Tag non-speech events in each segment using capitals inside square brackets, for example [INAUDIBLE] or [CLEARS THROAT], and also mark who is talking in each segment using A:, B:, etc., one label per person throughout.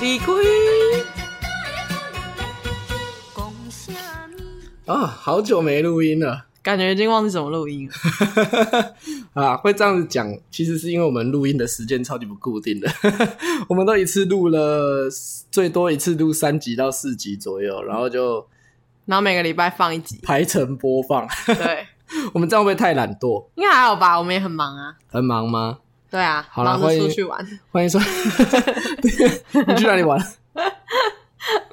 A: 离开。
B: 啊，好久没录音了
A: 感觉已经忘记怎么录音了。
B: 啊！会这样子讲，其实是因为我们录音的时间超级不固定的， [LAUGHS] 我们都一次录了最多一次录三集到四集左右，然后就，
A: 然后每个礼拜放一集
B: 排成播放。 [LAUGHS]
A: 对，
B: 我们这样会不会太懒惰？
A: [LAUGHS] 应该还好吧？我们也很忙啊，
B: 很忙吗？
A: 对啊，
B: 好啦
A: 忙着
B: 欢迎
A: 出去玩。
B: 欢迎说， [LAUGHS] 你去哪里玩？ [LAUGHS]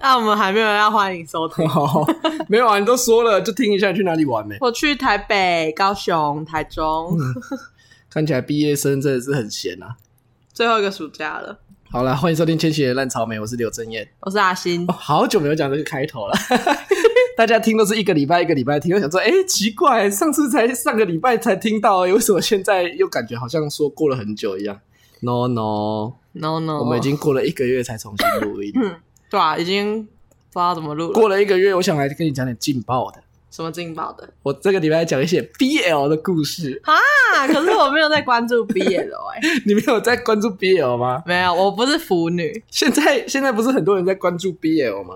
A: 那我们还没有要欢迎收
B: [LAUGHS]
A: 听。
B: 好，没有啊，你都说了，就听一下你去哪里玩呗。
A: 我去台北、高雄、台中，
B: 嗯看起来毕业生真的是很闲啊。
A: 最后一个暑假了。
B: 好啦，欢迎收听《千禧的烂草莓》，我是刘正燕。
A: 我是阿星
B: 哦，，好久没有讲这个开头了， [LAUGHS] 大家听都是一个礼拜一个礼拜听，我想说，哎、奇怪，上次才上个礼拜才听到而已，为什么现在又感觉好像说过了很久一样？No No，
A: no no，
B: 我们已经过了一个月才重新录音，
A: 对啊，已经不知道怎么录了。
B: 过了一个月，我想来跟你讲点劲爆的。
A: 什么劲爆的
B: 我这个礼拜讲一些 BL 的故事，
A: 啊？可是我没有在关注 BL
B: [LAUGHS]
A: 哎、
B: 你没有在关注 BL 吗？
A: 没有，我不是腐女。
B: 现在现在不是很多人在关注 BL 吗？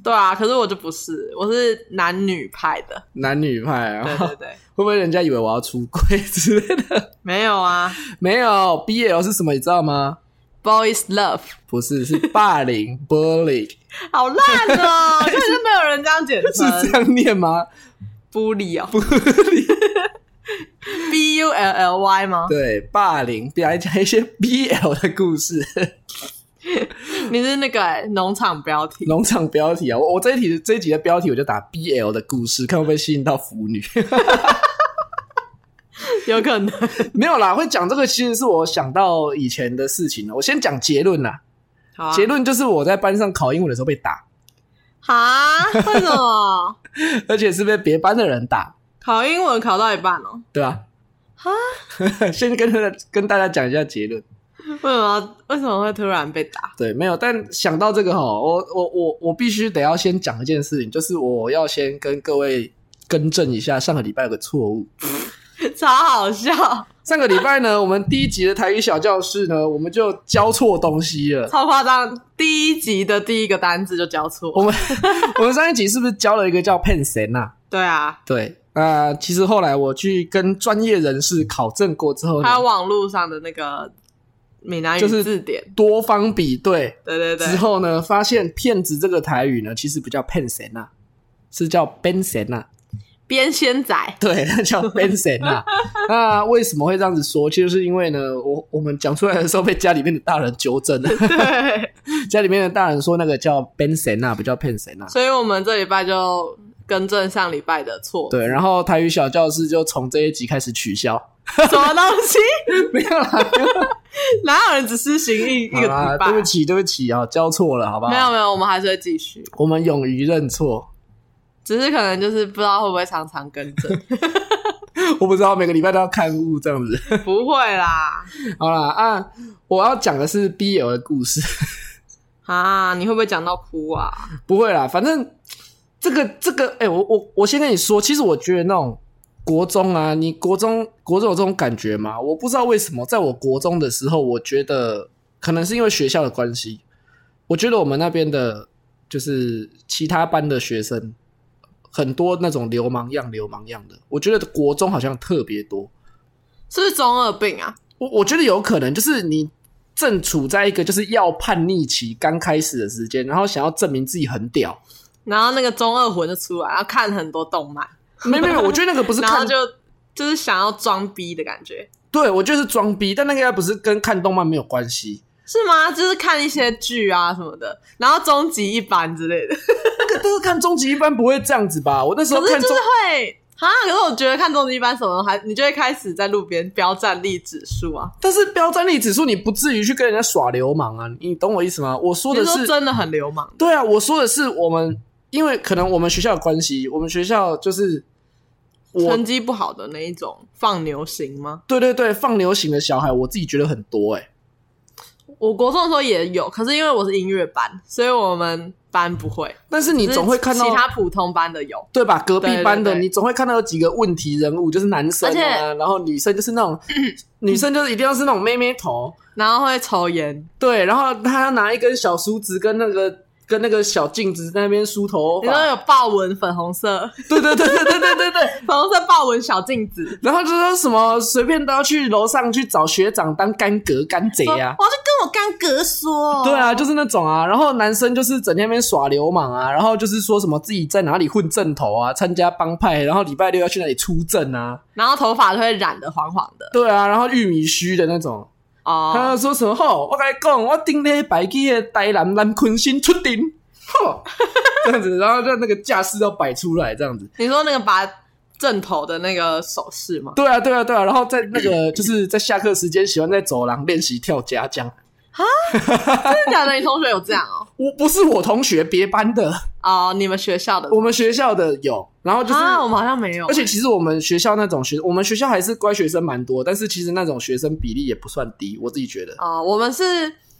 A: 对啊，可是我就不是，我是男女派的。
B: 男女派啊，
A: 对对对，
B: [LAUGHS] 会不会人家以为我要出轨之类的？
A: 没有啊
B: 没有，BL 是什么你知道吗？
A: ，Boys Love，
B: 不是，是霸凌 （bully）
A: 好烂哦、根本就没有人这样 [LAUGHS] 简
B: 是
A: 称
B: 这样念吗？
A: ，bully 哦，b u l l y 吗？
B: 对，霸凌，别来讲一些 [LAUGHS] BL 的故事， [LAUGHS]
A: 你是那个欸农、场标题，
B: 农场标题啊！我我这一题这一集的标题我就打 BL 的故事，看会不会吸引到腐女。 [LAUGHS]
A: 有可能。
B: 没有啦，会讲这个其实是我想到以前的事情了。啊我先讲结论啦，
A: [LAUGHS] 好啊
B: 结，论就是我在班上考英文的时候被打，
A: [LAUGHS] 哈？为什么
B: 而且是被别班的人打，
A: [LAUGHS] 考英文考到一半哦、
B: 对吧、 [LAUGHS]
A: 哈？
B: 先跟大家跟大家讲一下结论。
A: 为什么为什么会突然被打？
B: 对，没有。但想到这个哈，我我我我必须得要先讲一件事情，就是我要先跟各位更正一下上个礼拜有个错误。
A: [LAUGHS] 超好笑，
B: 上个礼拜呢，我们第一集的台语小教室呢，我们就教错东西了。
A: 超夸张！第一集的第一个单字就教
B: 我
A: 错，
B: 们 [LAUGHS] 我们上一集是不是教了一个叫骗神呐？
A: 对啊，
B: 对，那、其实后来我去跟专业人士考证过之后呢
A: 还，有网络上的那个闽南语
B: 就是
A: 字典，
B: 多方比对
A: 对对对
B: 之，后呢，发现骗子这个台语呢，其实不叫骗神呐，是叫变神呐。
A: 边仙 [LAUGHS] 仔，
B: [LAUGHS] 对，那叫 Benson
A: [LAUGHS]
B: 啊。那为什么会这样子说？就是因为呢，我我们讲出来的时候被家里面的大人纠正了。
A: 对。
B: [LAUGHS] 家里面的大人说那个叫 Benson 啊，不叫 Penson 啊。
A: 所以我们这礼拜就更正上礼拜的错，
B: 对，然后台语小教室就从这一集开始
A: [LAUGHS]
B: 取消。
A: 什么东西？
B: 没有啦，
A: 哪有人只施行一一个
B: 好
A: 礼
B: 啦，
A: 拜？
B: 对不起，对不起啊，教错了，好不好？
A: 没有，没有，我们还是会继续，
B: 我们勇于认错。 [LAUGHS]
A: 只是可能就是不知道会不会常常更正，
B: [LAUGHS] 我不知道每个礼拜都要刊物这样子。
A: 不会啦。
B: 好啦，啊，我要讲的是 BL 的故事。
A: 啊，你会不会讲到哭啊？
B: 不会啦，反正这个这个，哎、我我我先跟你说，其实我觉得那种国中啊，你国中国中有这种感觉吗？我不知道为什么，在我国中的时候，我觉得可能是因为学校的关系，我觉得我们那边的，就是其他班的学生，很多那种流氓样流氓样的，我觉得国中好像特别多。
A: 是不是中二病啊？
B: 我我觉得有可能，就是你正处在一个就是要叛逆期刚开始的时间，然后想要证明自己很屌。
A: 然后那个中二魂就出来，然后看很多动漫， [LAUGHS]
B: 没没没，我觉得那个不是
A: 然后
B: 看，
A: 就就是想要装逼的感觉，
B: 对我就是装逼，但那个应该不是跟看动漫没有关系。
A: 是吗？就是看一些剧啊什么的，然后终极一班之类的。
B: 那个都是看终极一般不会这样子吧？我那时候
A: 可是
B: 看
A: 就
B: 终
A: 是会啊，可是我觉得看终极一班什么的还，你就会开始在路边标站立指数啊。
B: 但是标战力指数你不至于去跟人家耍流氓啊，你懂我意思吗？我说
A: 你
B: 的
A: 是说
B: 是，
A: 真的很流氓，
B: 对啊，我说的是我们，因为可能我们学校的关系，我们学校就是我
A: 成绩不好的那一种放牛型吗？
B: 对对对放流行的小孩，我自己觉得很多哎、
A: 我国中的时候也有，可是因为我是音乐班，所以我们班不会。
B: 但是你总会看到
A: 只是其他普通班的有，
B: 对吧？隔壁班的
A: 对对对
B: 你总会看到有几个问题人物，就是男生
A: 而且
B: 啊，然后女生就是那
A: [LAUGHS]
B: 种女生就是一定要是那种妹妹头，
A: 然后会抽烟。
B: 对，然后他拿一根小梳子跟那个跟那个小镜子在那边梳头
A: 你说
B: 发，
A: 有豹纹粉红色， [LAUGHS]
B: 对对对对对对对 [LAUGHS] 对，
A: 粉红色豹纹小镜子。
B: 然后就说什么随便都要去楼上去找学长当干哥干贼
A: 说
B: 呀、
A: 我就跟我干哥说，
B: 对啊，就是那种啊，然后男生就是整天在那边耍流氓啊，然后就是说什么自己在哪里混正头啊，参加帮派，然后礼拜六要去那里出阵啊，
A: 然后头发都会染的黄黄的
B: 对啊，然后玉米须的那种，他
A: 哦，
B: 说什么？吼，我跟你讲，我顶礼拜去的台南南昆新出庭， [LAUGHS] 吼，这样子，然后就那个架势要摆出来，这样子。
A: 你说那个拔正头的那个手势吗？
B: 对啊，对啊，对啊，然后在那个就是在下课时间，喜欢在走廊练习跳夹江。
A: 真的假的？你同学有这样哦？
B: 我不是我同学，别班的，
A: 哦，你们学校的
B: 我们学校的有，然后就是，
A: 啊，我们好像没有
B: 而。且其实我们学校那种学，我们学校还是乖学生蛮多，但是其实那种学生比例也不算低，我自己觉得。
A: 哦，我们是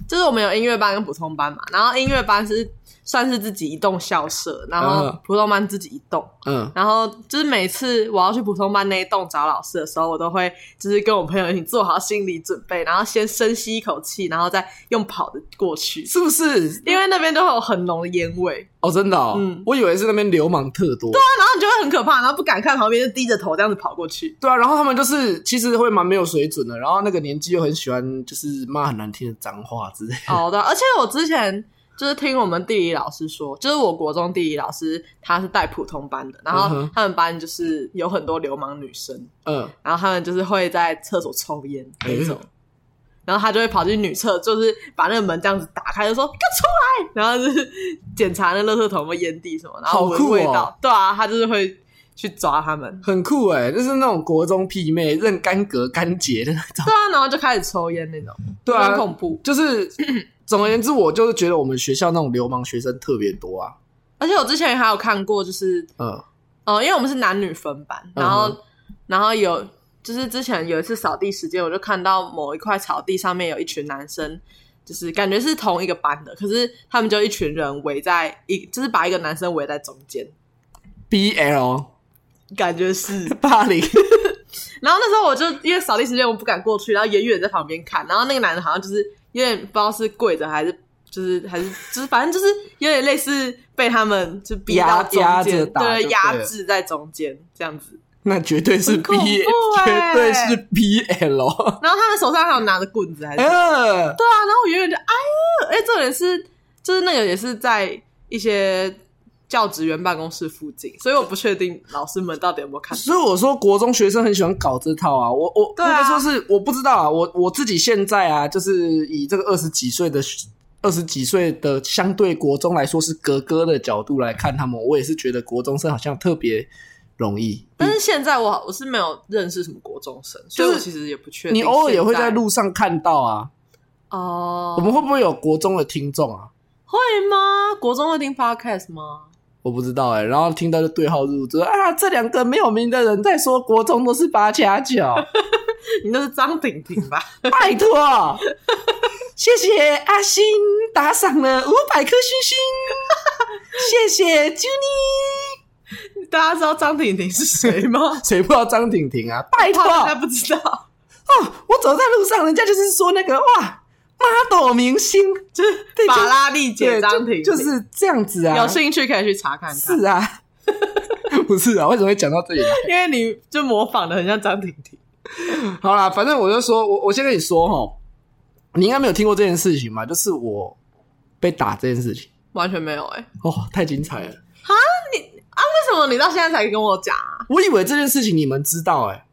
A: 就是我们有音乐班跟普通班嘛，然后音乐班是算是自己一栋校舍，然后
B: 嗯
A: 普通班自己一栋，
B: 嗯，
A: 然后就是每次我要去普通班那一栋找老师的时候，我都会就是跟我朋友一起做好心理准备，然后先深吸一口气，然后再用跑的过去，
B: 是不是？
A: 因为那边都会有很浓的烟味，
B: 哦，真的哦，
A: 嗯
B: 我以为是那边流氓特多。
A: 啊然后你就会很可怕，然后不敢看旁边，就低着头这样子跑过去。
B: 对啊，然后他们就是其实会蛮没有水准的，然后那个年纪又很喜欢就是骂很难听的脏话之
A: [LAUGHS]
B: 类的。
A: 哦，对啊，而且我之前就是听我们地理老师说，就是我国中地理老师他是带普通班的，然
B: 嗯
A: 后
B: 哼
A: 他们班就是有很多流氓女生，
B: 嗯，
A: 然后他们就是会在厕所抽烟那种
B: 哎。
A: 然后他就会跑去女厕，就是把那个门这样子打开，就说“给我出来”，然后就是检查那垃圾桶有没有烟蒂什么，然后
B: 好酷
A: 闻味
B: 哦
A: 道。对啊，他就是会去抓他
B: [LAUGHS]
A: 们。
B: 很酷哎、就是那种国中屁妹认干格干结的那种。
A: 对啊，然后就开始抽烟那种，
B: 对啊
A: 很，恐怖。
B: 就是
A: [CLEARS THROAT]
B: 总而言之，我就是觉得我们学校那种流氓学生特别多啊。
A: 而且我之前还有看过，就是
B: 嗯
A: 呃，因为我们是男女分班，然后、
B: 嗯
A: 然后有就是之前有一次扫地时间，我就看到某一块草地上面有一群男生，就是感觉是同一个班的，可是他们就一群人围在一，就是把一个男生围在中间，
B: ，BL
A: 感觉是。
B: 霸凌， [LAUGHS]
A: 然后那时候我就因为扫地时间我不敢过去，然后远远在旁边看，然后那个男的好像就是有点不知道是跪着还是。就是还是就是，反正就是有点类似被他们就逼到
B: 压
A: 中
B: 压着
A: 间，
B: 打就
A: 对，
B: 对
A: 压
B: 了
A: 制在中间这样子。
B: 那绝对是
A: 很恐
B: B，、
A: 怖欸
B: 绝对是
A: [LAUGHS]
B: BL。
A: 然后他们手上还有拿着棍子，还是
B: 嗯，
A: 对啊，然后我远远就哎呦，哎，重点是就是那个也是在一些教职员办公室附近，所以我不确定老师们到底有没有看到。
B: 所以我说国中学生很喜欢搞这套啊，我我
A: 对啊
B: 那个说是我不知道啊，我我自己现在啊，就是以这个二十几岁的二十几岁的相对国中来说是格格的角度来看他们，我也是觉得国中生好像特别容易。
A: 但是现在我我是没有认识什么国中生，所以我其实也不确定
B: 你
A: 现。
B: 偶尔也会在路上看到啊，
A: 哦
B: 我，们会不会有国中的听众啊？
A: 会吗？国中会听 podcast 吗？
B: 我不知道哎、然后听到就对号入座啊，这两个没有名的人在说国中都是八加九，
A: 你那是张婷婷吧？ [LAUGHS]
B: 拜托，谢谢阿星打赏了五百颗星星，谢谢 Juni。
A: 大家知道张婷婷是谁吗？
B: [LAUGHS] 谁不知道张婷婷啊？拜托，
A: 怕大家
B: 哦，
A: 不知道，
B: 我走在路上，人家就是说那个哇，妈斗明星，
A: 就是
B: 对就
A: 法拉利姐
B: 对，
A: 张
B: 就
A: 婷婷，
B: 就是这样子啊。
A: 有兴趣可以去查看看。
B: 是啊， [LAUGHS] 不是啊？为什么会讲到这里来？
A: [LAUGHS] 因为你就模仿的很像张婷婷。
B: 好啦，反正我就说，我我先跟你说哈，你应该没有听过这件事情吧？就是我被打这件事情，
A: 完全没有哎、
B: 哦，太精彩了。
A: 为什么你到现在才跟我讲啊？
B: 我以为这件事情你们知道哎、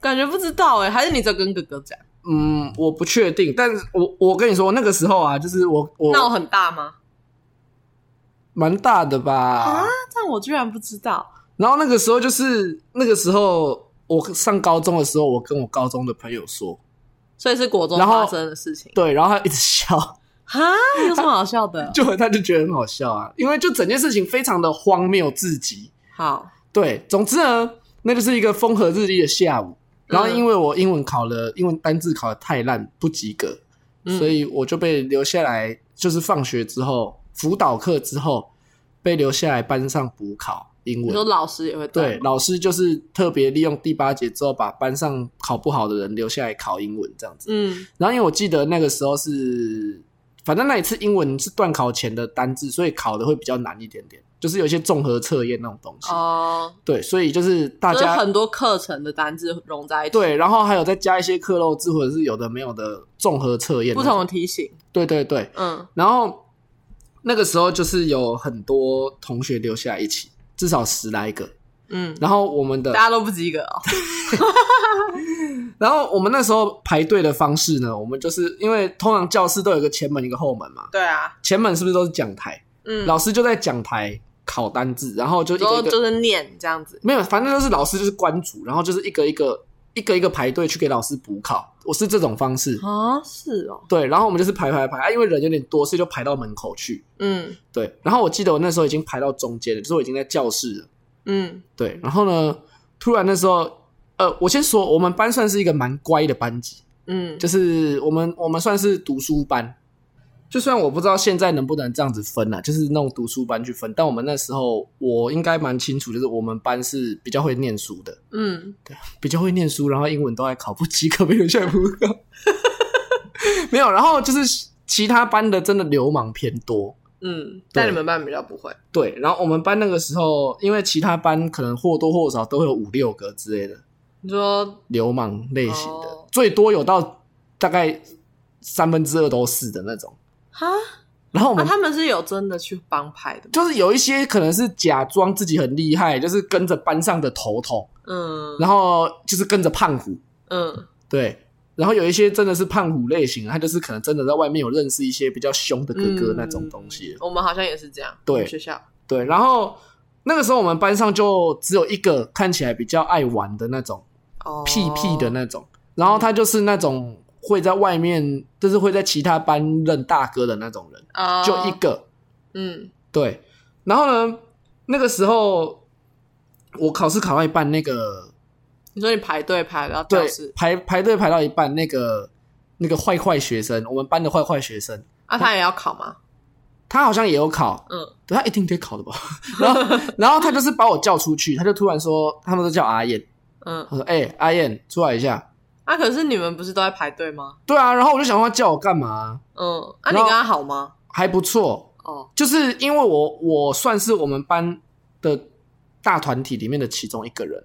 A: 感觉不知道哎、还是你只有跟哥哥讲？
B: 嗯，我不确定，但是我我跟你说，那个时候啊，就是我
A: 闹
B: 我
A: 很大吗？
B: 蛮大的吧
A: 啊，，但我居然不知道。
B: 然后那个时候就是那个时候我上高中的时候，我跟我高中的朋友说，
A: 所以是国中
B: 然后
A: 发生的事情
B: 对，然后他一直笑， [LAUGHS]
A: 啊？有什么好笑的？
B: 就他就觉得很好笑啊，因为就整件事情非常的荒谬至极。
A: 好，
B: 对，总之呢，那就是一个风和日丽的下午，然后因为我英文考了英文单字考的太烂，不及格，
A: 嗯
B: 所以我就被留下来，就是放学之后辅导课之后被留下来班上补考英
A: 你说
B: 文。
A: 老师也会带
B: 对，
A: 吗，
B: 老师就是特别利用第八节之后，把班上考不好的人留下来考英文这样子。
A: 嗯
B: 然后因为我记得那个时候是，反正那一次英文是段考前的单字，所以考的会比较难一点点，就是有一些综合测验那种东西。
A: 哦，
B: 对，所以就是大
A: 就是
B: 家
A: 很多课程的单字融在一起，，
B: 对，然后还有再加一些克漏字或者是有的没有的综合测验，
A: 不同的。题型，
B: 对对对，
A: 嗯
B: 然后那个时候就是有很多同学留下来一起，至少十来个。
A: 嗯，
B: 然后我们的
A: 大家都不及格哦，
B: 然后我们那时候排队的方式呢，我们就是因为通常教室都有一个前门一个后门嘛，
A: 对啊，
B: 前门是不是都是讲台？
A: 嗯，
B: 老师就在讲台考单字，然后就一
A: 然
B: 个
A: 后
B: 一个
A: 就是念这样子，
B: 没有，反正就是老师就是关主，然后就是一个一个一个一个排队去给老师补考。我是这种方式，
A: 哦，是哦，
B: 对，然后我们就是排排排啊，因为人有点多，所以就排到门口去。
A: 嗯
B: 对，然后我记得我那时候已经排到中间了，就是我已经在教室了。
A: 嗯
B: 对，然后呢，突然那时候，呃，我先说，我们班算是一个蛮乖的班级，
A: 嗯，
B: 就是我们我们算是读书班，就算我不知道现在能不能这样子分啊，就是那种读书班去分，但我们那时候我应该蛮清楚，就是我们班是比较会念书的，
A: 嗯，
B: 比较会念书，然后英文都还考不及格，没有下不高，没有，然后就是其他班的真的流氓偏多。
A: 嗯，
B: 对
A: 但你们班比较不会，
B: 对，然后我们班那个时候，因为其他班可能或多或少都会有五六个之类的
A: 你说
B: 流氓类型的，
A: 哦
B: 最多有到大概三分之二都是的那种。
A: 哈，
B: 然后我
A: 那
B: 们
A: 啊他们是有真的去帮派的吗，
B: 就是有一些可能是假装自己很厉害，就是跟着班上的头头，
A: 嗯
B: 然后就是跟着胖虎，
A: 嗯
B: 对。然后有一些真的是胖虎类型，他就是可能真的在外面有认识一些比较凶的哥哥那种东西。
A: 嗯我们好像也是这样，
B: 对
A: 我们学校，
B: 对，然后那个时候我们班上就只有一个看起来比较爱玩的那种
A: 哦，
B: 屁屁的那种，然后他就是那种会在外面，就是会在其他班认大哥的那种人，
A: 啊，
B: 就一个。
A: 嗯
B: 对，然后呢，那个时候我考试考到一半，那个
A: 你说你排队排到教
B: 对
A: 室，
B: 排排队排到一半，那个那个坏坏学生，我们班的坏坏学生，
A: 啊，他也要考吗？
B: 他好像也有考，
A: 嗯
B: 对他一定得考的吧？ [LAUGHS] 然后然后他就是把我叫出去，他就突然说，他们都叫阿燕，
A: 嗯，
B: 他说：“哎、阿燕出来一下。
A: 啊，可是你们不是都在排队吗？”
B: 对啊，然后我就想说他叫我干嘛？
A: 嗯，啊，你
B: 然
A: 跟
B: 后
A: 他好吗？
B: 还不错，
A: 哦，
B: 就是因为我我算是我们班的大团体里面的其中一个人。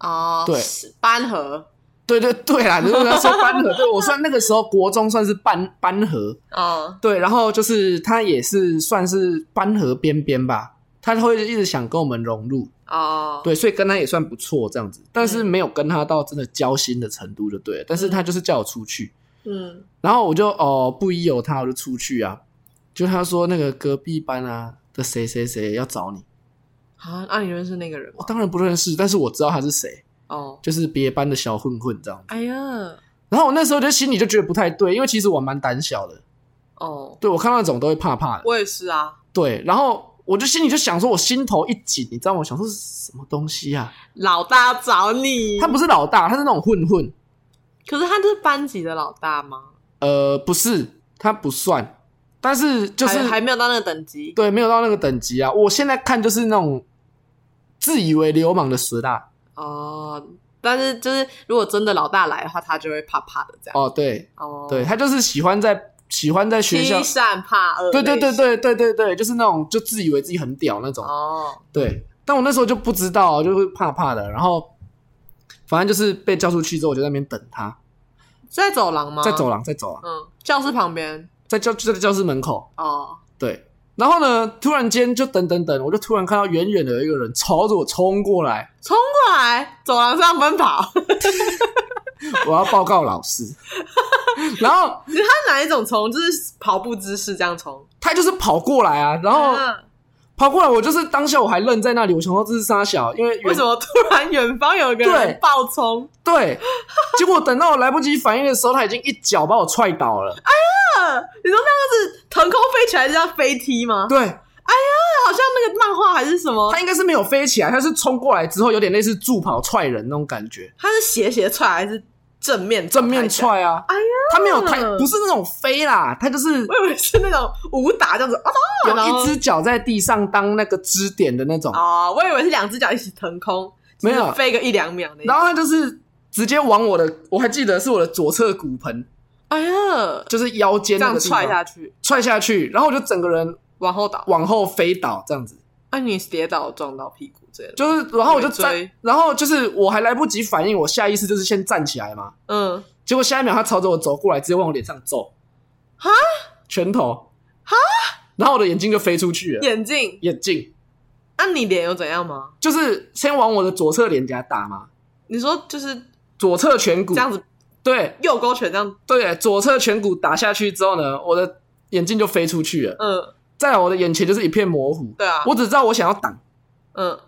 A: 哦，
B: 对
A: 是，班和，
B: 对对对啦，你说要说班合，对我算那个时候国中算是班班合，
A: 哦，
B: 对，然后就是他也是算是班合边边吧，他会一直想跟我们融入，
A: 哦，，
B: 对，所以跟他也算不错这样子，但是没有跟他到真的交心的程度就对了，但是他就是叫我出去，
A: 嗯，
B: 然后我就哦不疑有他，我就出去啊，就他说那个隔壁班啊的谁谁谁要找你，
A: 啊，那你认识那个人
B: 我
A: 吗？
B: 当然不认识，但是我知道他是谁，
A: 哦，
B: 就是别班的小混混这样子，
A: 哎呀，
B: 然后我那时候就心里就觉得不太对，因为其实我蛮胆小的。
A: 哦，
B: 对我看到那种都会怕怕的。
A: 我也是啊，
B: 对，然后我就心里就想说，我心头一紧，你知道吗？我想说是什么东西啊？
A: 老大找你，
B: 他不是老大，他是那种混混。
A: 可是他是班级的老大吗？
B: 呃，不是，他不算，但是就是
A: 还还没有到那个等级，
B: 对，没有到那个等级啊。我现在看就是那种自以为流氓的死大
A: 哦。但是就是，如果真的老大来的话，他就会怕怕的这样。
B: 哦，对
A: 哦，
B: 对，，他就是喜欢在喜欢在学校
A: 欺，善怕恶。
B: 对对对。对对对对，就是那种就自以为自己很屌那种。
A: 哦，
B: 对，但我那时候就不知道，就会怕怕的。然后反正就是被叫出去之后，我就在那边等他，
A: 是在走廊吗？
B: 在走。廊，在走廊，
A: 嗯，教室旁边。
B: 在教就在教室门口。
A: 哦，
B: 对，然后呢，突然间就等等等，我就突然看到远远的有一个人朝着我冲过来，
A: 冲过来，走廊上奔跑。 [LAUGHS]
B: 我要报告老师。 [LAUGHS] 然后
A: 他哪一种冲？就是跑步姿势这样冲。
B: 他就是跑过来啊，然后
A: 啊
B: 跑过来，我就是当下我还愣在那里，我想说这是沙小，因为
A: 为什
B: 么？
A: 么突然远方有一个
B: 对
A: 人暴冲？
B: 对，结果等到我来不及反应的时候，他已经一脚把我踹倒了。
A: 啊你说那样子腾空飞起来是叫飞踢吗？
B: 对，
A: 好像那个漫画还是什么
B: 他，应该是没有飞起来，他是冲过来之后有点类似助跑踹人那种感觉，
A: 他是斜斜踹还是正面
B: 正面
A: 踹，
B: 踹啊，
A: 哎呀，
B: 他没有太
A: 嗯
B: 不是那种飞啦，他就是
A: 我以为是那种武打这样子啊
B: 有
A: 然后
B: 一只脚在地上当那个支点的那种，
A: 啊，我以为是两只脚一起腾空，
B: 没有
A: 就是飞个一两秒那
B: 然
A: 种。
B: 后他就是直接往我的，我还记得是我的左侧骨盆，
A: 哎呀，
B: 就是腰间
A: 这
B: 那
A: 样
B: 个地
A: 踹
B: 方
A: 下去，
B: 踹下去，然后我就整个人
A: 往后倒，
B: 往后飞倒这样子。
A: 哎，你跌倒撞到屁股之类的，
B: 就是，然后我就
A: 尾
B: 站
A: 椎，
B: 然后就是我还来不及反应，我下意识就是先站起来嘛。
A: 嗯，
B: 结果下一秒他朝着我走过来，直接往我脸上揍，
A: 哈，
B: 拳头，哈，然后我的眼睛就飞出去了，
A: 眼镜，
B: 眼镜
A: 那你脸有怎样吗？
B: 就是先往我的左侧脸颊打嘛，
A: 你说就是
B: 左侧颧骨
A: 这样子，
B: 对
A: 右勾拳这样，
B: 对，左侧颧骨打下去之后呢，我的眼镜就飞出去了，
A: 嗯，
B: 在我的眼前就是一片模糊，
A: 对啊，
B: 我只知道我想要挡，
A: 嗯，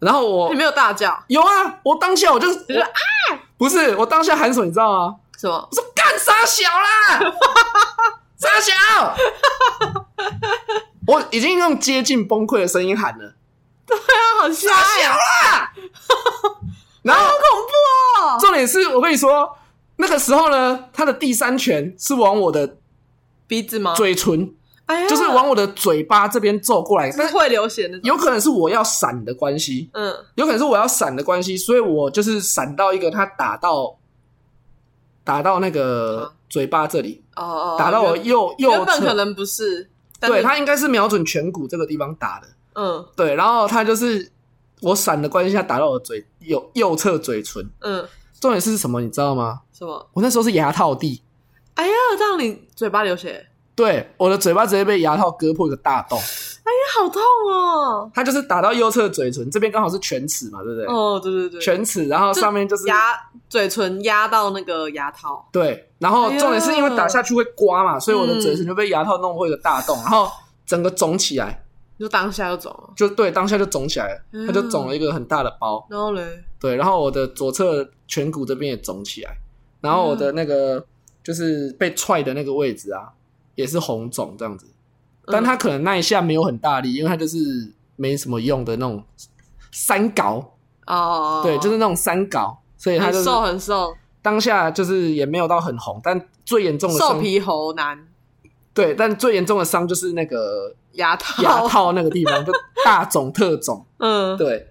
B: 然后我
A: 你没有大叫，
B: 有啊，我当下我就是
A: 你就
B: 我
A: 啊
B: 不是我当下喊什么，你知道吗？
A: 什么
B: 我？说干傻小 [LAUGHS] 啦，傻小！我已经用接近崩溃的声音喊了
A: 啊，好吓
B: 傻小
A: 呀，
B: 啦。 [LAUGHS] 然后
A: 恐怖哦！
B: 重点是我跟你说，那个时候呢，他的第三拳是往我的
A: 鼻子吗？，
B: 嘴唇，
A: 哎呀，
B: 就是往我的嘴巴这边揍 [LAUGHS] 过来，
A: 就
B: 但
A: 是
B: 是
A: 会流血那种，
B: 有可能是我要闪的关系，
A: 嗯，
B: 有可能是我要闪的关系，所以我就是闪到一个他打到打到那个嘴巴这里，
A: 哦哦，
B: 打到我
A: 原
B: 右右
A: 原
B: 侧
A: 本可能不是，但
B: 对
A: 是，
B: 他应该是瞄准颧骨这个地方打的，
A: 嗯
B: 对，然后他就是我闪的关系下打到我嘴右右侧嘴唇，
A: 嗯，
B: 重点是什么你知道吗？
A: 什么？
B: 我那时候是牙套地，
A: 哎呀，让你嘴巴流血，
B: 对，我的嘴巴直接被牙套割破一个大洞，
A: 哎，好痛哦！
B: 他就是打到右侧嘴唇这边刚好是犬齿嘛，对不对？
A: 哦，对对对，
B: 犬齿，然后上面就是
A: 牙嘴唇压到那个牙套，
B: 对，然后
A: 哎嗯呀
B: 重点是因为打下去会刮嘛，所以我的嘴唇就被牙套弄破一个大洞，然后整个肿起来，
A: 你就当下就肿了。
B: 就对，当下就肿起来了，
A: 嗯
B: 它就肿了一个很大的包。
A: 然后嘞，
B: 对，然后我的左侧颧骨这边也肿起来，然后我
A: 嗯
B: 的那个、就是被踹的那个位置啊，也是红肿这样子。
A: 嗯
B: 但他可能那一下没有很大力，因为他就是没什么用的那种三搞，
A: 嗯哦，
B: 对，就是那种三搞，所以他就
A: 很
B: 是
A: 瘦很瘦，
B: 当下就是也没有到很红，但最严重的
A: 瘦
B: 伤，
A: 皮猴男
B: 对，但最严重的伤就是那个
A: 牙套，
B: 牙，套那个地方就大肿特肿，
A: [LAUGHS] 嗯，
B: 对。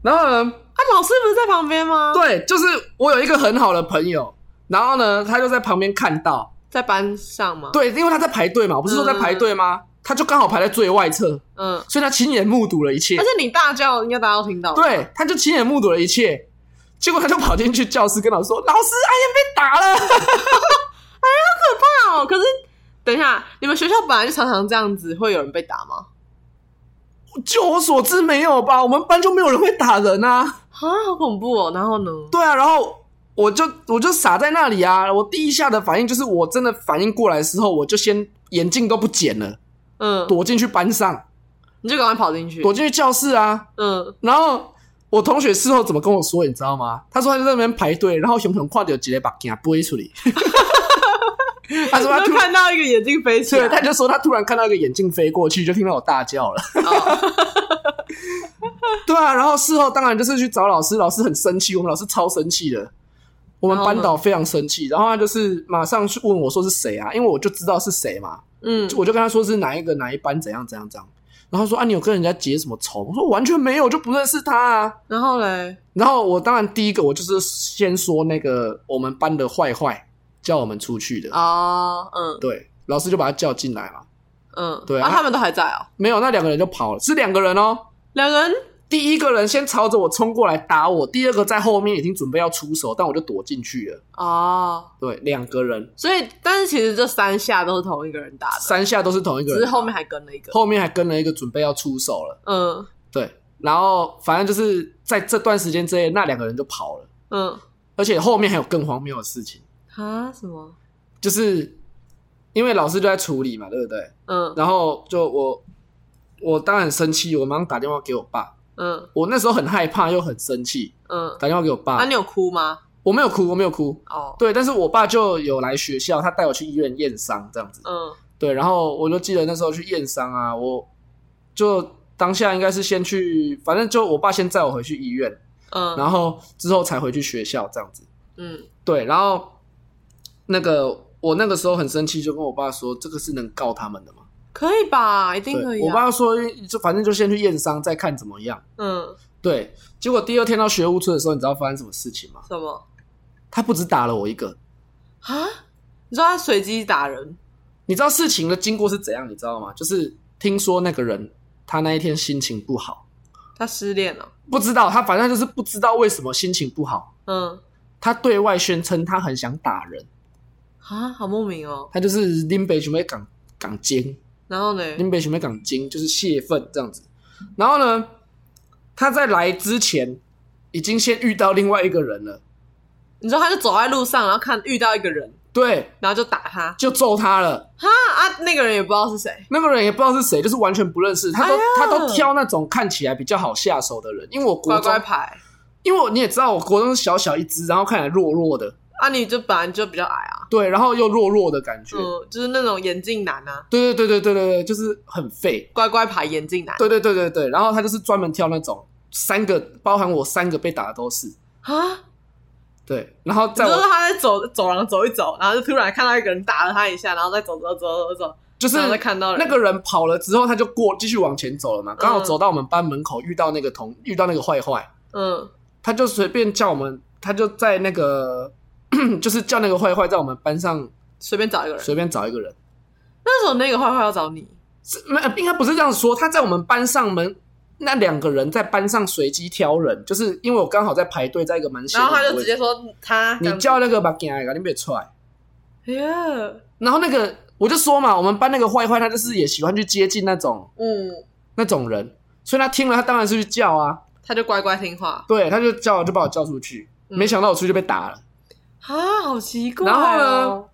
B: 然后呢，
A: 啊，老师不是在旁边吗？，
B: 对，就是我有一个很好的朋友，然后呢，他就在旁边看到，
A: 在班上嘛，，
B: 对，因为他在排队嘛，我不是说在排队吗？他就刚好排在最外侧，
A: 嗯，
B: 所以他亲眼目睹了一切
A: 而。且你大叫，应该大家都听到，，
B: 对，他就亲眼目睹了一切，结果他就跑进去教室跟老师说：“老师，阿燕被打了。 [LAUGHS]
A: 哦，可是等一下，你们学校本来就常常这样子，会有人被打吗？”
B: 就我所知，没有吧？我们班就没有人会打人啊。
A: 啊，好恐怖哦！然后呢？
B: 对啊，然后我就我就傻在那里啊。我第一下的反应就是，我真的反应过来的时候，我就先眼镜都不捡了，
A: 嗯，
B: 躲进去班上，
A: 你就赶快跑进去，
B: 躲进去教室啊。
A: 嗯，
B: 然后我同学事后怎么跟我说，你知道吗？他说他就在那边排队，然后熊熊跨掉几个把给他拨出去。 [LAUGHS] 他说他突
A: 就
B: 然，
A: 看到一个眼睛飞起
B: 对，他
A: 来，
B: 就说他突然看到一个眼镜飞过去，就听到我大叫了。
A: 哦
B: [LAUGHS] 对啊，然后事后当然就是去找老师，老师很生气，我们老师超生气的。我们
A: 然后呢
B: 班导非常生气，然后他就是马上去问我说是谁啊？因为我就知道是谁嘛，
A: 嗯，
B: 我就跟他说是哪一个哪一班怎样怎样怎样，然后他说啊你有跟人家结什么仇？我说完全没有，我就不认识他啊。
A: 然后嘞，
B: 然后我当然第一个我就是先说那个我们班的坏坏叫我们出去的，啊
A: 哦，嗯
B: 对，老师就把他叫进来嘛。
A: 嗯，
B: 对
A: 啊，
B: 啊
A: 他们都还在哦，
B: 没有，那两个人就跑了，是两个人哦。
A: 两个人，
B: 第一个人先朝着我冲过来打我，第二个在后面已经准备要出手，但我就躲进去了。
A: 哦，
B: 对，两个人
A: 所以但是其实这三下都是同一个人打的，
B: 三下都是同一个
A: 只
B: 人，
A: 是后面还跟了一个，
B: 后面还跟了一个准备要出手了。
A: 嗯
B: 对，然后反正就是在这段时间之内，那两个人就跑了，
A: 嗯，
B: 而且后面还有更荒谬的事情，
A: 啊什么，
B: 就是因为老师就在处理嘛，对不对？
A: 嗯
B: 然后就我，我当然很生气，我马上打电话给我爸。
A: 嗯
B: 我那时候很害怕又很生气，
A: 嗯，
B: 打电话给我爸。
A: 啊你有哭吗？
B: 我没有哭，我没有哭。
A: 哦，
B: 对，但是我爸就有来学校，他带我去医院验伤这样子。
A: 嗯
B: 对，然后我就记得那时候去验伤啊，我就当下应该是先去，反正就我爸先载我回去医院，
A: 嗯
B: 然后之后才回去学校这样子。
A: 嗯
B: 对，然后那个我那个时候很生气，就跟我爸说，这个是能告他们的吗？
A: 可以吧？一定可
B: 对，
A: 以、啊。
B: 我爸说就反正就先去验伤，再看怎么样。
A: 嗯，
B: 对，结果第二天到学务处的时候，你知道发生什么事情吗？
A: 什么
B: 他不止打了我一个，
A: 啊？你说他随机打人？
B: 你知道事情的经过是怎样？你知道吗？就是听说那个人他那一天心情不好，
A: 他失恋了？
B: 不知道他反正就是不知道为什么心情不好，
A: 嗯
B: 他对外宣称他很想打人，
A: 啊，好莫名哦。
B: 他就是林北准备港港奸，
A: 然后呢？
B: 林北准备港奸就是泄愤这样子。然后呢，他在来之前已经先遇到另外一个人了，
A: 你说他就走在路上，然后看遇到一个人，
B: 对，
A: 然后就打他。
B: 就揍他了。
A: 哈啊，那个人也不知道是谁。
B: 那个人也不知道是谁，就是完全不认识。他都、
A: 哎呀
B: 他都挑那种看起来比较好下手的人，因为我国
A: 乖
B: 中，
A: 乖牌
B: 因为我你也知道，我国中是小小一只，然后看起来弱弱的，
A: 啊，你就本来就比较矮啊，
B: 对，然后又弱弱的感觉，
A: 嗯，就是那种眼镜男啊，
B: 对对对对对对对，就是很废，
A: 乖乖牌眼镜男
B: 对对对对对。然后他就是专门挑那种三个，包含我三个被打的都是
A: 啊。
B: 对，然后
A: 你
B: 在
A: 说
B: 我
A: 他在走走廊走一走，然后就突然看到一个人打了他一下，然后再走走走走走，
B: 就是
A: 然后再看到人
B: 那个人跑了之后，他就过继续往前走了嘛，刚好
A: 嗯
B: 走到我们班门口，遇到那个同遇到那个坏坏，
A: 嗯
B: 他就随便叫我们，他就在那个 [CLEARS THROAT] 就是叫那个坏坏在我们班上
A: 随便找一个人。
B: 随便找一个人，
A: 那时候那个坏坏要找你，
B: 是没呃应该不是这样说，他在我们班上门。那两个人在班上随机挑人，就是因为我刚好在排队，在一个蛮显
A: 然
B: 眼
A: 后他
B: 的
A: 就
B: 位
A: 直
B: 置。
A: 接说他，
B: 你叫那个把给你别出来。
A: 哎呀，
B: 然后那个我就说嘛，我们班那个坏坏，他就是也喜欢去接近那种
A: 嗯，
B: 那种人，所以他听了，他当然是去叫啊。
A: 他就乖乖听话
B: 对，他就叫，就把我叫出去。
A: 嗯
B: 没想到我出去就被打了。
A: 啊，好奇怪、哦。
B: 然后呢？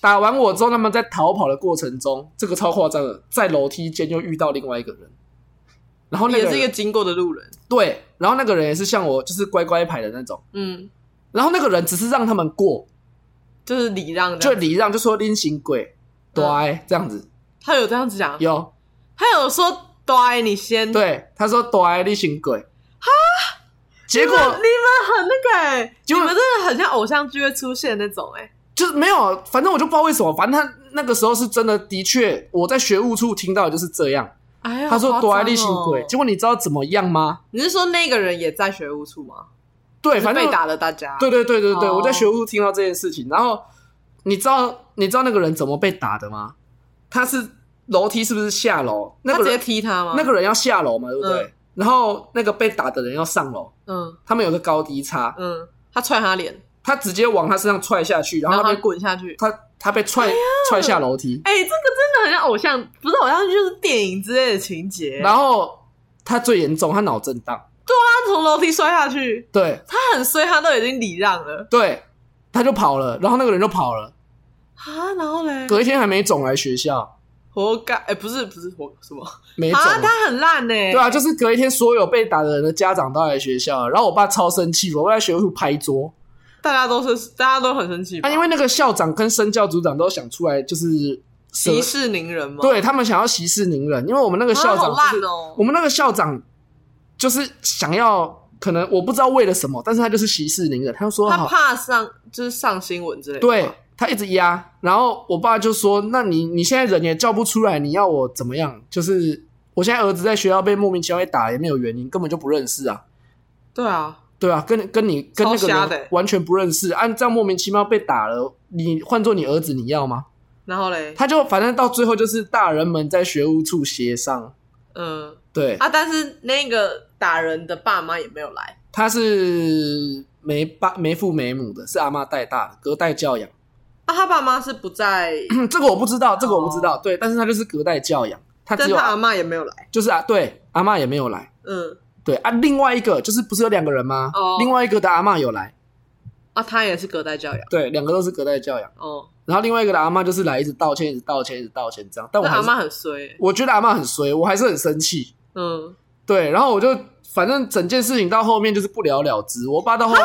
B: 打完我之后，他们在逃跑的过程中，这个超夸张的，在楼梯间又遇到另外一个人，然后那个
A: 也
B: 人
A: 是一个经过的路人，
B: 对，然后那个人也是像我，就是乖乖牌的那种，
A: 嗯，
B: 然后那个人只是让他们过，
A: 就是礼让
B: 就
A: 的。
B: 礼让，就说拎行鬼，对、这样子
A: 他有这样子讲，
B: 有，
A: 他有说对你先，
B: 对，他说对拎行鬼，哈，结果
A: 你们你们很那个、欸，
B: 结
A: 你
B: 果
A: 们真的很像偶像剧会出现那种、欸，哎，
B: 就是没有，反正我就不知道为什么，反正他那个时候是真的，的确我在学务处听到的就是这样，
A: 哎呀，
B: 他说
A: 好夸
B: 对
A: 张
B: 拎行
A: 哦
B: 鬼，结果你知道怎么样吗？
A: 你是说那个人也在学务处吗？
B: 对，
A: 就是
B: 反正
A: 被打了大家，
B: 对对对对对，
A: 哦
B: 我在学务处听到这件事情，然后你知道你知道那个人怎么被打的吗？他是楼梯是不是下楼？那
A: 他
B: 个
A: 直接
B: 人
A: 踢他吗？
B: 那个人要下楼嘛，对不对？
A: 嗯
B: 然后那个被打的人要上楼，
A: 嗯
B: 他们有个高低差，
A: 嗯，他踹他脸，
B: 他直接往他身上踹下去，然
A: 然
B: 后
A: 后哎他
B: 他被
A: 滚下去。
B: 他他被踹踹下楼梯，
A: 哎、这个真的很像偶像，不是偶像剧，就是电影之类的情节。
B: 然后他最严重，他脑震荡，
A: 他从楼梯摔下去，
B: 对
A: 他很衰，他都已经礼让了
B: 对，他就跑了，然后那个人就跑了，
A: 啊。然后嘞，
B: 隔一天还没肿来学校，
A: 活该！哎、不是不是活什么啊？
B: 没肿啊。
A: 他很烂欸呢、
B: 对啊，就是隔一天，所有被打的人的家长都来学校了，然后我爸超生气，我爸在学术拍桌。
A: 大家都是大家都很生气吧，
B: 啊，因为那个校长跟身教组长都想出来，就是
A: 息事宁人嘛。
B: 对他们想要息事宁人，因为我们那个
A: 啊，
B: 校长、
A: 好
B: 就是
A: 烂哦、
B: 我们那个校长就是想要，可能我不知道为了什么，但是他就是息事宁人，他就说
A: 他
B: 好，
A: 怕上就是上新闻之类的。
B: 对，他一直压，然后我爸就说，那你你现在人也叫不出来，你要我怎么样？就是我现在儿子在学校被莫名其妙被打，也没有原因，根本就不认识啊。
A: 对啊，
B: 对啊，跟跟你跟那个
A: 超瞎的
B: 人
A: 欸
B: 完全不认识，按这样莫名其妙被打了，你换做你儿子，你要吗？
A: 然后嘞，
B: 他就反正到最后就是大人们在学务处协商，
A: 嗯、
B: 对，
A: 啊，但是那个打人的爸妈也没有来，
B: 他是没爸没父没母的，是阿妈带大的，隔代教养。嗯
A: 啊，他爸妈是不在，
B: 这个我不知道，这个我不知道，对，但是他就是隔代教养，他
A: 哦但
B: 只有
A: 他阿妈也没有来，
B: 就是啊，对，阿妈也没有来，
A: 嗯，
B: 对啊，另外一个就是不是有两个人吗？
A: 哦
B: 另外一个的阿妈有来，
A: 啊，他也是隔代教养，
B: 对，两个都是隔代教养，
A: 哦，
B: 然后另外一个的阿妈就是来一直道歉，一直道歉，一直道歉这样，但我
A: 那
B: 还
A: 阿
B: 是
A: 妈很衰、欸，
B: 我觉得阿嬷很衰，我还是很生气。
A: 嗯，
B: 对，然后我就反正整件事情到后面就是不了了之。我爸到后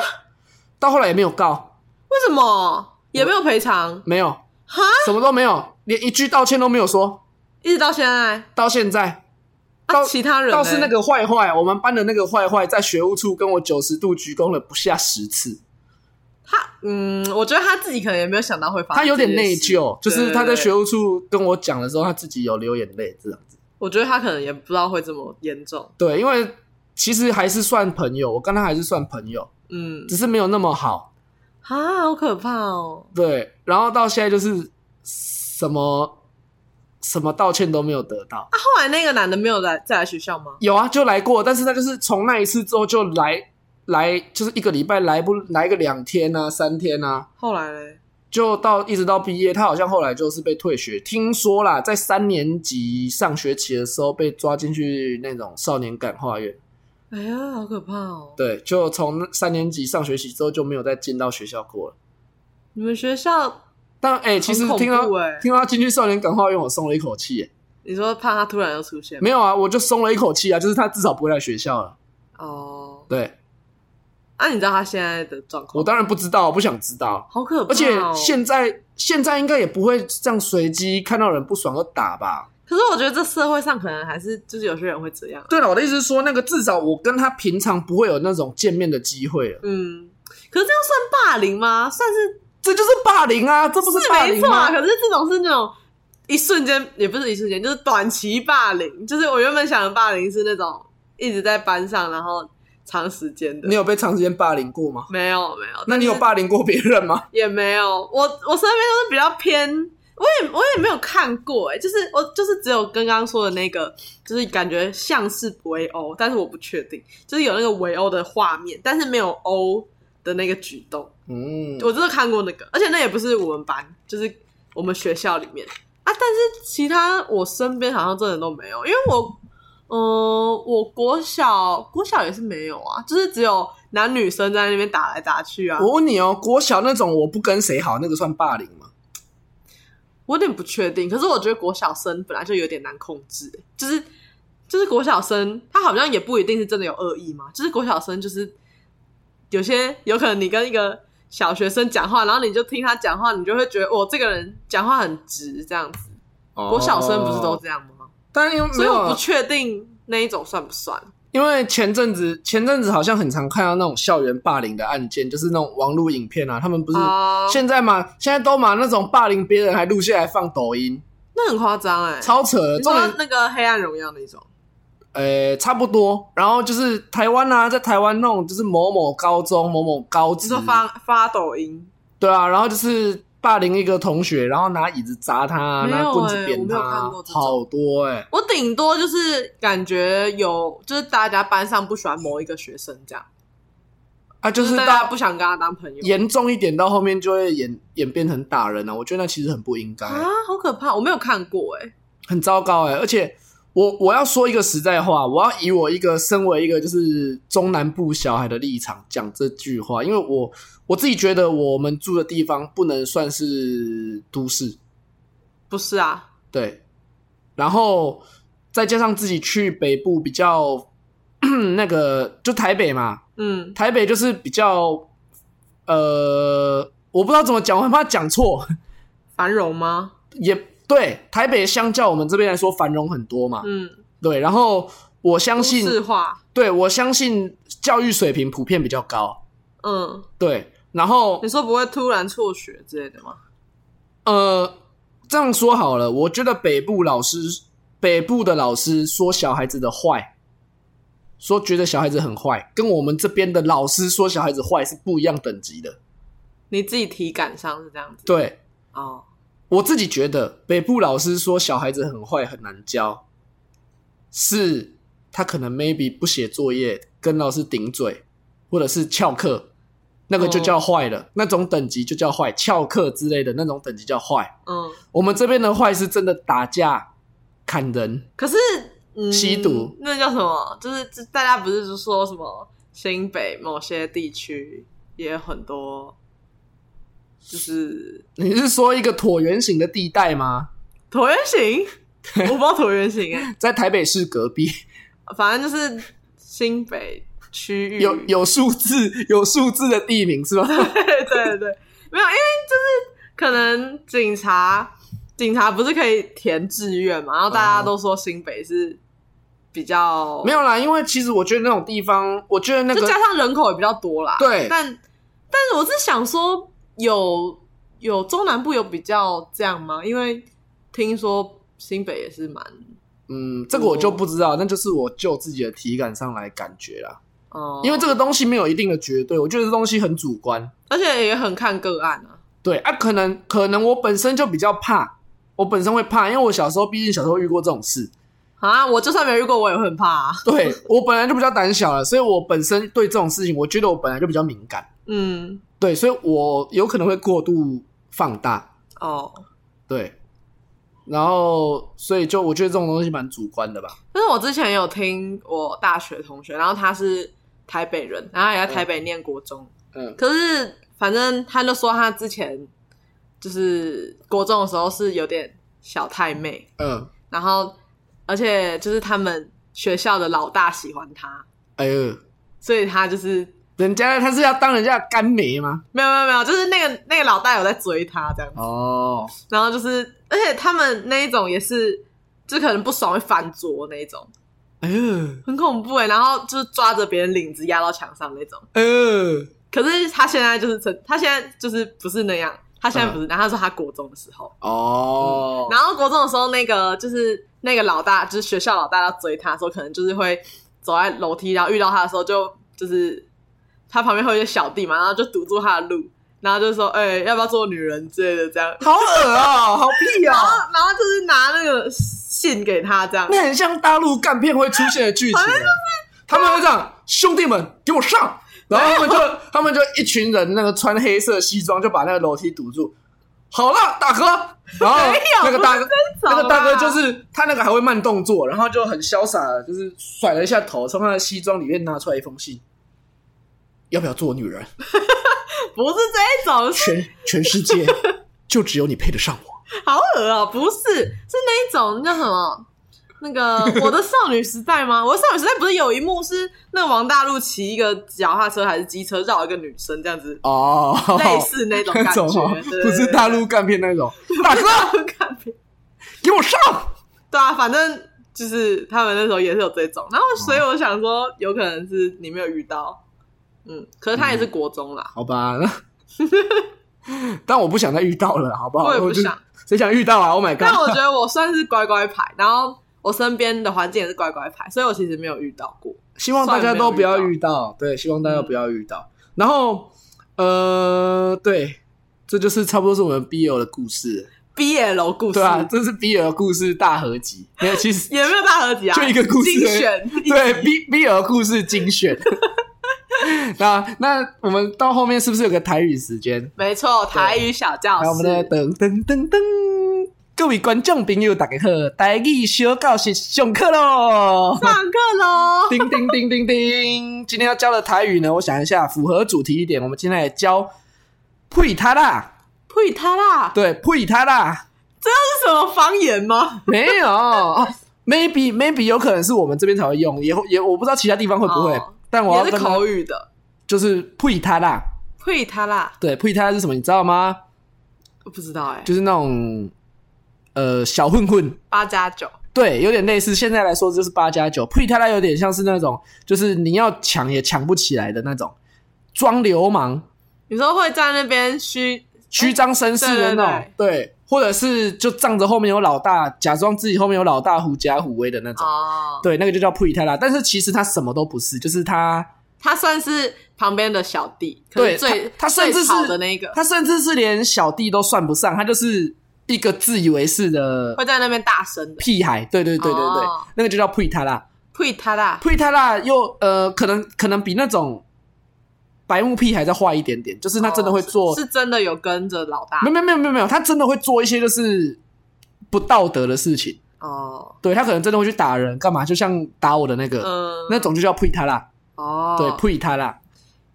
B: 到后来也没有告，
A: 为什么也没有赔偿？
B: 没有
A: 哈，
B: 什么都没有，连一句道歉都没有说。
A: 一直到现在，
B: 到现在，
A: 啊，
B: 到
A: 其他人、欸、
B: 倒是那个坏坏，我们班的那个坏坏，在学务处跟我九十度鞠躬了不下十次。
A: 他嗯，我觉得他自己可能也没有想到会发生，
B: 他有点内疚，就是他在学
A: 对。
B: 务处跟我讲的时候，他自己有流眼泪这样子。
A: 我觉得他可能也不知道会这么严重，
B: 对，因为其实还是算朋友，我跟他还是算朋友，
A: 嗯，
B: 只是没有那么好。
A: 啊，好可怕哦，
B: 对，然后到现在就是什么什么道歉都没有得到。
A: 后来那个男的没有来再来学校吗？
B: 有啊，就来过，但是他就是从那一次之后就来来，就是一个礼拜来不来个两天啊，三天啊，
A: 后来嘞，
B: 就到一直到毕业，他好像后来就是被退学，听说啦，在三年级上学期的时候被抓进去那种少年感化院，
A: 哎呀，好可怕哦！
B: 对，就从那三年级上学期之后就没有再进到学校过了。
A: 你们学校，
B: 但哎、其实
A: 很恐
B: 听到、
A: 怖欸
B: 听到他进去少年感化院，我松了一口气、欸。
A: 你说怕他突然又出现吗？
B: 没有啊，我就松了一口气啊，就是他至少不会来学校了。
A: 哦，啊
B: 对
A: 那、你知道他现在的状况？
B: 我当然不知道，我不想知道。
A: 好可怕、哦！
B: 而且现在现在应该也不会这样随机看到人不爽就打吧？
A: 可是我觉得这社会上可能还是就是有些人会这样啊、
B: 对了，我的意思是说，那个至少我跟他平常不会有那种见面的机会了，
A: 嗯，可是这样算霸凌吗？算是
B: 这就是霸凌啊，这不是霸
A: 没
B: 凌
A: 错啊。
B: 吗？
A: 可是这种是那种一瞬间，也不是一瞬间，就是短期霸凌。就是我原本想的霸凌是那种一直在班上，然后长时间的。
B: 你有被长时间霸凌过吗？
A: 没有没有，
B: 那你有
A: 但是
B: 霸凌过别人吗？
A: 也没有，我我身边都是比较偏，我也我也没有看过、欸，哎，就是我就是只有刚刚说的那个，就是感觉像是围殴，但是我不确定，就是有那个围殴的画面，但是没有殴的那个举动，
B: 嗯，
A: 我就是看过那个，而且那也不是我们班，就是我们学校里面啊，但是其他我身边好像真的都没有，因为我。嗯、我国小国小也是没有啊，就是只有男女生在那边打来打去啊。
B: 我问你哦，国小那种我不跟谁好，那个算霸凌吗？
A: 我有点不确定，可是我觉得国小生本来就有点难控制，欸就是就是国小生他好像也不一定是真的有恶意嘛，就是国小生就是有些有可能你跟一个小学生讲话，然后你就听他讲话，你就会觉得哦，这个人讲话很直这样子。国小生不是都
B: 哦，
A: 这样吗？
B: 但因为
A: 所
B: 没
A: 以
B: 有
A: 我不
B: 啊，
A: 确定那一种算不算。
B: 因为前阵子前阵子好像很常看到那种校园霸凌的案件，就是那种网络影片啊，他们不是
A: 啊、
B: 现在嘛，现在都嘛那种霸凌别人还录下来放抖音，
A: 那很夸张哎，
B: 超扯的。
A: 你
B: 重
A: 说
B: 点
A: 那个黑暗荣耀那种，
B: 呃差不多，然后就是台湾啊，在台湾那种就是某某高中、某某高
A: 你
B: 职
A: 说，发发抖音，
B: 对啊，然后就是霸凌一个同学，然后拿椅子砸他，
A: 没有
B: 拿棍子
A: 欸
B: 扁
A: 我没有看
B: 他
A: 过，这种
B: 好多哎、
A: 我顶多就是感觉有，就是大家班上不喜欢某一个学生这样，
B: 啊，就
A: 就是是大家
B: 到
A: 不想跟他当朋友
B: 严重一点，到后面就会演演变成打人了、啊。我觉得那其实很不应该，
A: 啊，好可怕！我没有看过哎、
B: 很糟糕哎、而且。我我要说一个实在话，我要以我一个身为一个就是中南部小孩的立场讲这句话，因为我我自己觉得我们住的地方不能算是都市，
A: 不是啊，
B: 对，然后再加上自己去北部比较 [CLEARS THROAT] 那个，就台北嘛，
A: 嗯，
B: 台北就是比较呃，我不知道怎么讲，我很怕讲错，
A: 繁荣吗？
B: 也对，台北相较我们这边来说繁荣很多嘛，
A: 嗯，
B: 对，然后我相
A: 都
B: 信
A: 市化，
B: 对，我相信教育水平普遍比较高。
A: 嗯，
B: 对，然后
A: 你说不会突然辍学之类的吗？
B: 呃，这样说好了，我觉得北部老师，北部的老师说小孩子的坏，说觉得小孩子很坏，跟我们这边的老师说小孩子坏是不一样等级的。
A: 你自己体感上是这样子
B: 对
A: 哦，
B: 我自己觉得，北部老师说小孩子很坏很难教，是他可能 maybe 不写作业，跟老师顶嘴，或者是翘课，那个就叫坏了，那种等级就叫坏，翘课之类的那种等级叫坏。
A: 嗯，
B: 我们这边的坏是真的打架、砍人，
A: 可是嗯，
B: 吸毒
A: 那叫什么？就是这大家不是就说什么新北某些地区也有很多，就是
B: 你是说一个椭圆形的地带吗？
A: 椭圆
B: [LAUGHS]
A: 形，我不知道椭圆形哎，
B: 在台北市隔壁
A: 反正就是新北区域
B: 有有数字有数字的地名是吧？
A: [LAUGHS] 对对对，没有，因为就是可能警察警察不是可以填志愿嘛，然后大家都说新北是比较
B: 哦没有啦，因为其实我觉得那种地方，我觉得那
A: 就
B: 个
A: 加上人口也比较多啦，
B: 对
A: 但但是我是想说有有中南部有比较这样吗？因为听说新北也是蛮
B: 嗯，这个我就不知道，那就是我就自己的体感上来感觉啦。
A: 哦，
B: 因为这个东西没有一定的绝对，我觉得这东西很主观。
A: 而且也很看个案啊。
B: 对啊，可能可能我本身就比较怕，我本身会怕，因为我小时候毕竟小时候遇过这种事，
A: 啊，我就算没遇过，我也会很怕、啊。
B: 对我本来就比较胆小了，所以我本身对这种事情，我觉得我本来就比较敏感，
A: 嗯，
B: 对，所以我有可能会过度放大，
A: 哦，
B: 对，然后所以就我觉得这种东西蛮主观的吧，
A: 但是我之前有听我大学同学，然后他是台北人，然后也在台北念国中，
B: 嗯
A: 可是反正他就说他之前就是国中的时候是有点小太妹，
B: 嗯，
A: 然后而且就是他们学校的老大喜欢他，
B: 哎呦，
A: 所以他就是
B: 人家他是要当人家的干梅吗？
A: 没有没有没有，就是那个那个老大有在追他这样子，
B: 哦，
A: 然后就是而且他们那一种也是就可能不爽会翻桌那一种。
B: 哎呦，
A: 很恐怖哎、然后就是抓着别人领子压到墙上那种。
B: 哎呦，
A: 可是他现在就是成，他现在就是不是那样，他现在
B: 嗯
A: 不是。然后他说他国中的时候，
B: 哦，
A: 然后国中的时候那个就是那个老大，就是学校老大要追他的时候，可能就是会走在楼梯，然后遇到他的时候就就是他旁边会有一些小弟嘛，然后就堵住他的路，然后就说哎、要不要做女人之类的这样，
B: 好恶哦，好屁
A: 然后
B: 哦，
A: 然后就是拿那个信给他这样。
B: 那很像大陆干片会出现的剧情。他们会这样，兄弟们，给我上！然后他们就他们就一群人，那个穿黑色西装就把那个楼梯堵住。好了，大哥，然后
A: 没有
B: 那个大
A: 不
B: 哥
A: 是哎这种啊
B: 那
A: 啦
B: 个大哥就是他那个还会慢动作，然后就很潇洒的，就是甩了一下头，从他的西装里面拿出来一封信。要不要做我女人？
A: 不是这一
B: [LAUGHS]
A: 种，是
B: 全全世界就只有你配得上我。
A: 好恶哦、不是，是那一种那什么，那
B: [LAUGHS]
A: 个我的少女时代吗？我的少女时代不是有一幕是那个王大陆骑一个脚踏车还是机车绕一个女生这样子，
B: 哦，
A: 类似那种
B: 那 [LAUGHS]
A: 感觉，
B: 种哦
A: 对
B: 不是大陆干片那
A: [LAUGHS]
B: 种。大哥，
A: 对对看片
B: 给我上！
A: 对啊，反正就是他们那时候也是有这种，然
B: 哦
A: 后所以我想说，有可能是你没有遇到。嗯，可是他也是国中啦，
B: 好吧， [LAUGHS] 那但我不想再遇到了，好不好？
A: 我也不
B: 就
A: 想，
B: 谁想遇到啊？Oh my
A: 但
B: god！
A: 我觉得我算是乖乖牌，然后我身边的环境也是乖乖牌，所以我其实没有遇到过。
B: 希望大家都不要遇到，对，希望大家不要遇到。然后，呃，对，这就是差不多是我们 BL 的故事，
A: BL 故事
B: 对啊，这是 BL 故事大合集，没有，其实
A: [LAUGHS] 也没有大合集啊，
B: 就一个故事
A: 精选。
B: 对 B BL 故事精选。 [LAUGHS] 那那我们到后面是不是有个台语时间？
A: 没错，台语小教
B: 好，我
A: 室
B: 们。的噔噔噔噔，各位观众朋友，大家好，台语小教室上课喽！
A: 上课喽！
B: 叮叮叮叮叮！今天要教的台语呢，我想一下，符合主题一点，我们今天来教配他啦，
A: 呸他啦！
B: 对，配他啦，
A: 这是什么方言吗？
B: 没有哦，maybe maybe 有可能是我们这边才会用，也也我不知道其他地方会不会，
A: 哦
B: 但我要
A: 也是
B: 跟他
A: 口语的。
B: 就是配他啦，
A: 呸他啦！
B: 对，配他是什么，你知道吗？
A: 我不知道哎、
B: 就是那种呃小混混，
A: 八加九
B: 对，有点类似。现在来说就是八加九，配太太有点像是那种，就是你要抢也抢不起来的那种，装流氓、
A: 你说会在那边虚
B: 虚张声势的那种，对或者是就仗着后面有老大，假装自己后面有老大，狐假虎威的那种，
A: 哦，
B: 对，那个就叫配太啦。但是其实他什么都不是，就是他，
A: 他算是旁边的小弟，可
B: 对
A: 是最
B: 他他甚至
A: 最
B: 是
A: 吵的那一个，
B: 他甚至是连小弟都算不上，他就是一个自以为是的
A: 会在那边大声的
B: 屁孩，对对对对对，
A: 哦
B: 那个就叫配太啦。
A: 呸他啦！
B: 配太辣又呃，可能可能比那种白目屁还再坏一点点，就是他真的会做，
A: 哦是是真的有跟着老大
B: 没有没有没有没有没有，他真的会做一些就是不道德的事情，
A: 哦，
B: 对他可能真的会去打人，干嘛？就像打我的那个、
A: 嗯，
B: 那种就叫配太辣，
A: 哦，
B: 对，配太辣，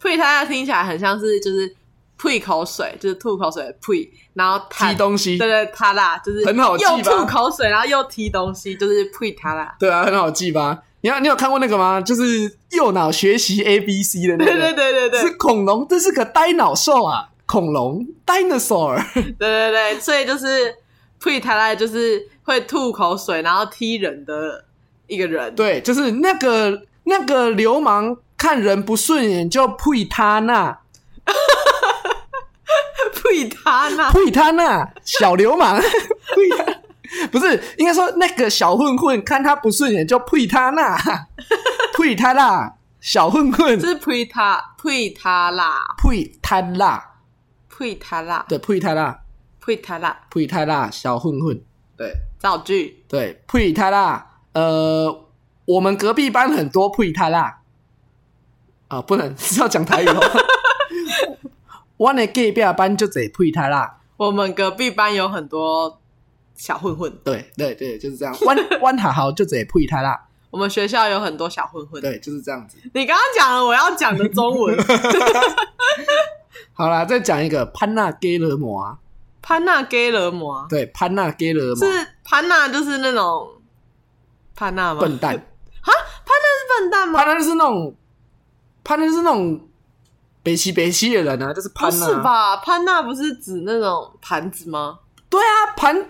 A: 呸他听起来很像是就是呸口水，就是吐口水的呸，然后他
B: 踢东西，
A: 对对他啦，就是
B: 很好记吧
A: 又吐口水，然后又踢东西，就是呸他啦。
B: 对啊，很好记吧？你要你有看过那个吗？就是右脑学习 A B C 的那个，
A: 对对对对对
B: 是恐龙，这是个呆脑兽啊，恐龙 dinosaur。
A: 对对对，所以就是呸他啦，就是会吐口水然后踢人的一个人。
B: 对，就是那个那个流氓看人不顺眼就呸他那，
A: 以他呢？
B: 会他那小流氓，会他 [LAUGHS] 不是应该说那个小混混，看他不顺眼就呸他那，呸他啦，小混混
A: 这是呸他呸他啦
B: 呸他啦，
A: 呸他啦
B: 对，呸他啦，
A: 呸他啦，
B: 呸他啦，小混混，对
A: 造句
B: 对，呸他啦，呃，我们隔壁班很多呸他啦，啊、不能 [LAUGHS] 是要讲台语哦，我的隔壁班就得呸他啦。
A: 我们隔壁班有很多小混混，
B: 对对对，就是这样。 [LAUGHS] 弯弯好好就只配他啦，
A: 我们学校有很多小混混。
B: 对，就是这样子。
A: 你刚刚讲了我要讲的中
B: [LAUGHS]
A: 文，
B: 好啦，再讲一个潘娜给勒摩啊，
A: 潘娜 gay 了吗？
B: 对，潘娜给勒摩，
A: 是潘娜就是那种潘娜吗？
B: 笨蛋，
A: 是笨蛋吗？
B: 潘娜就是那种，潘娜就是那种北西北西的人啊，就是
A: 不
B: 潘娜。
A: 哦是吧？潘娜不是指那种盘子吗？
B: 对啊，盘
A: 盘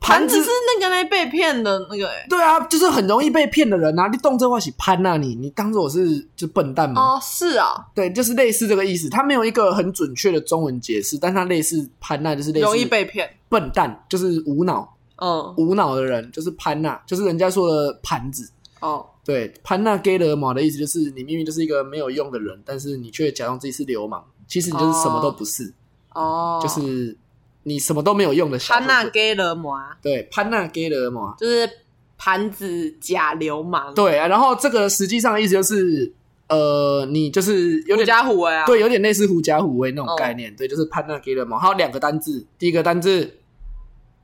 B: 盘
A: 子
B: 子
A: 是那个嘞被骗的那个哎、
B: 对啊，就是很容易被骗的人啊！你动这话起潘娜、你你当做我是就笨蛋吗？
A: 哦，是啊，
B: 对，就是类似这个意思。他没有一个很准确的中文解释，但他类似潘娜，就是类似
A: 容易被骗。
B: 笨蛋，就是无脑。
A: 嗯，
B: 无脑的人就是潘娜，就是人家说的盘子。
A: 哦，
B: 对，潘娜 gay 了毛的意思就是你明明就是一个没有用的人，但是你却假装自己是流氓，其实你就是什么都不是，
A: 哦，
B: 就是你什么都没有用的小混
A: 潘
B: 混。
A: 娜 gay 了吗？
B: 对潘娜 gay 了毛。啊
A: 就是盘子假流氓，，
B: 对啊，然后这个实际上的意思就是，呃，你就是
A: 狐
B: 有点
A: 假虎威啊。
B: 对，有点类似狐假虎威那种
A: 哦
B: 概念。对，就是潘娜 gay 了毛。还有两个单字，第一个单字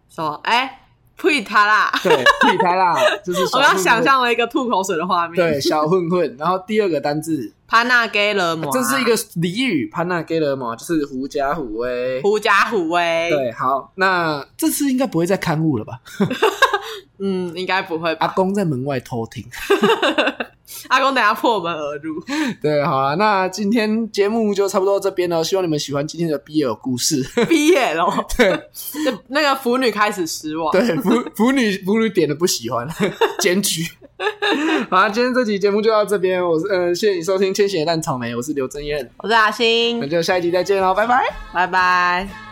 A: 什么？哎，呸他啦！
B: 对，屁拍啦，就是小
A: [LAUGHS] 我刚
B: 混混
A: 想。象了一个吐口水的画面。
B: 对，小混混。然后第二个单字
A: 潘纳给了啊嘛，
B: 这是一个俚语，潘纳给勒嘛，就是狐假虎威。
A: 狐假虎威。，
B: 对，好，那这次应该不会再刊物了吧？
A: 嗯，应该不会吧？
B: 阿公在门外偷听。 [LAUGHS]
A: 阿公，等一下破门而入。
B: 对，好了，那今天节目就差不多到这边了，希望你们喜欢今天的 BL 故事。
A: 毕业了，
B: 对
A: [LAUGHS] 那个腐女开始失望。
B: [LAUGHS] 对，腐腐女腐女点的不喜欢， [LAUGHS] 检举。好啦，今天这期节目就到这边，我是呃，谢谢你收听《千禧的烂草莓》，我是刘真燕，
A: 我是阿
B: 那
A: 星，
B: 就下一集再见喽，拜拜。
A: 拜拜。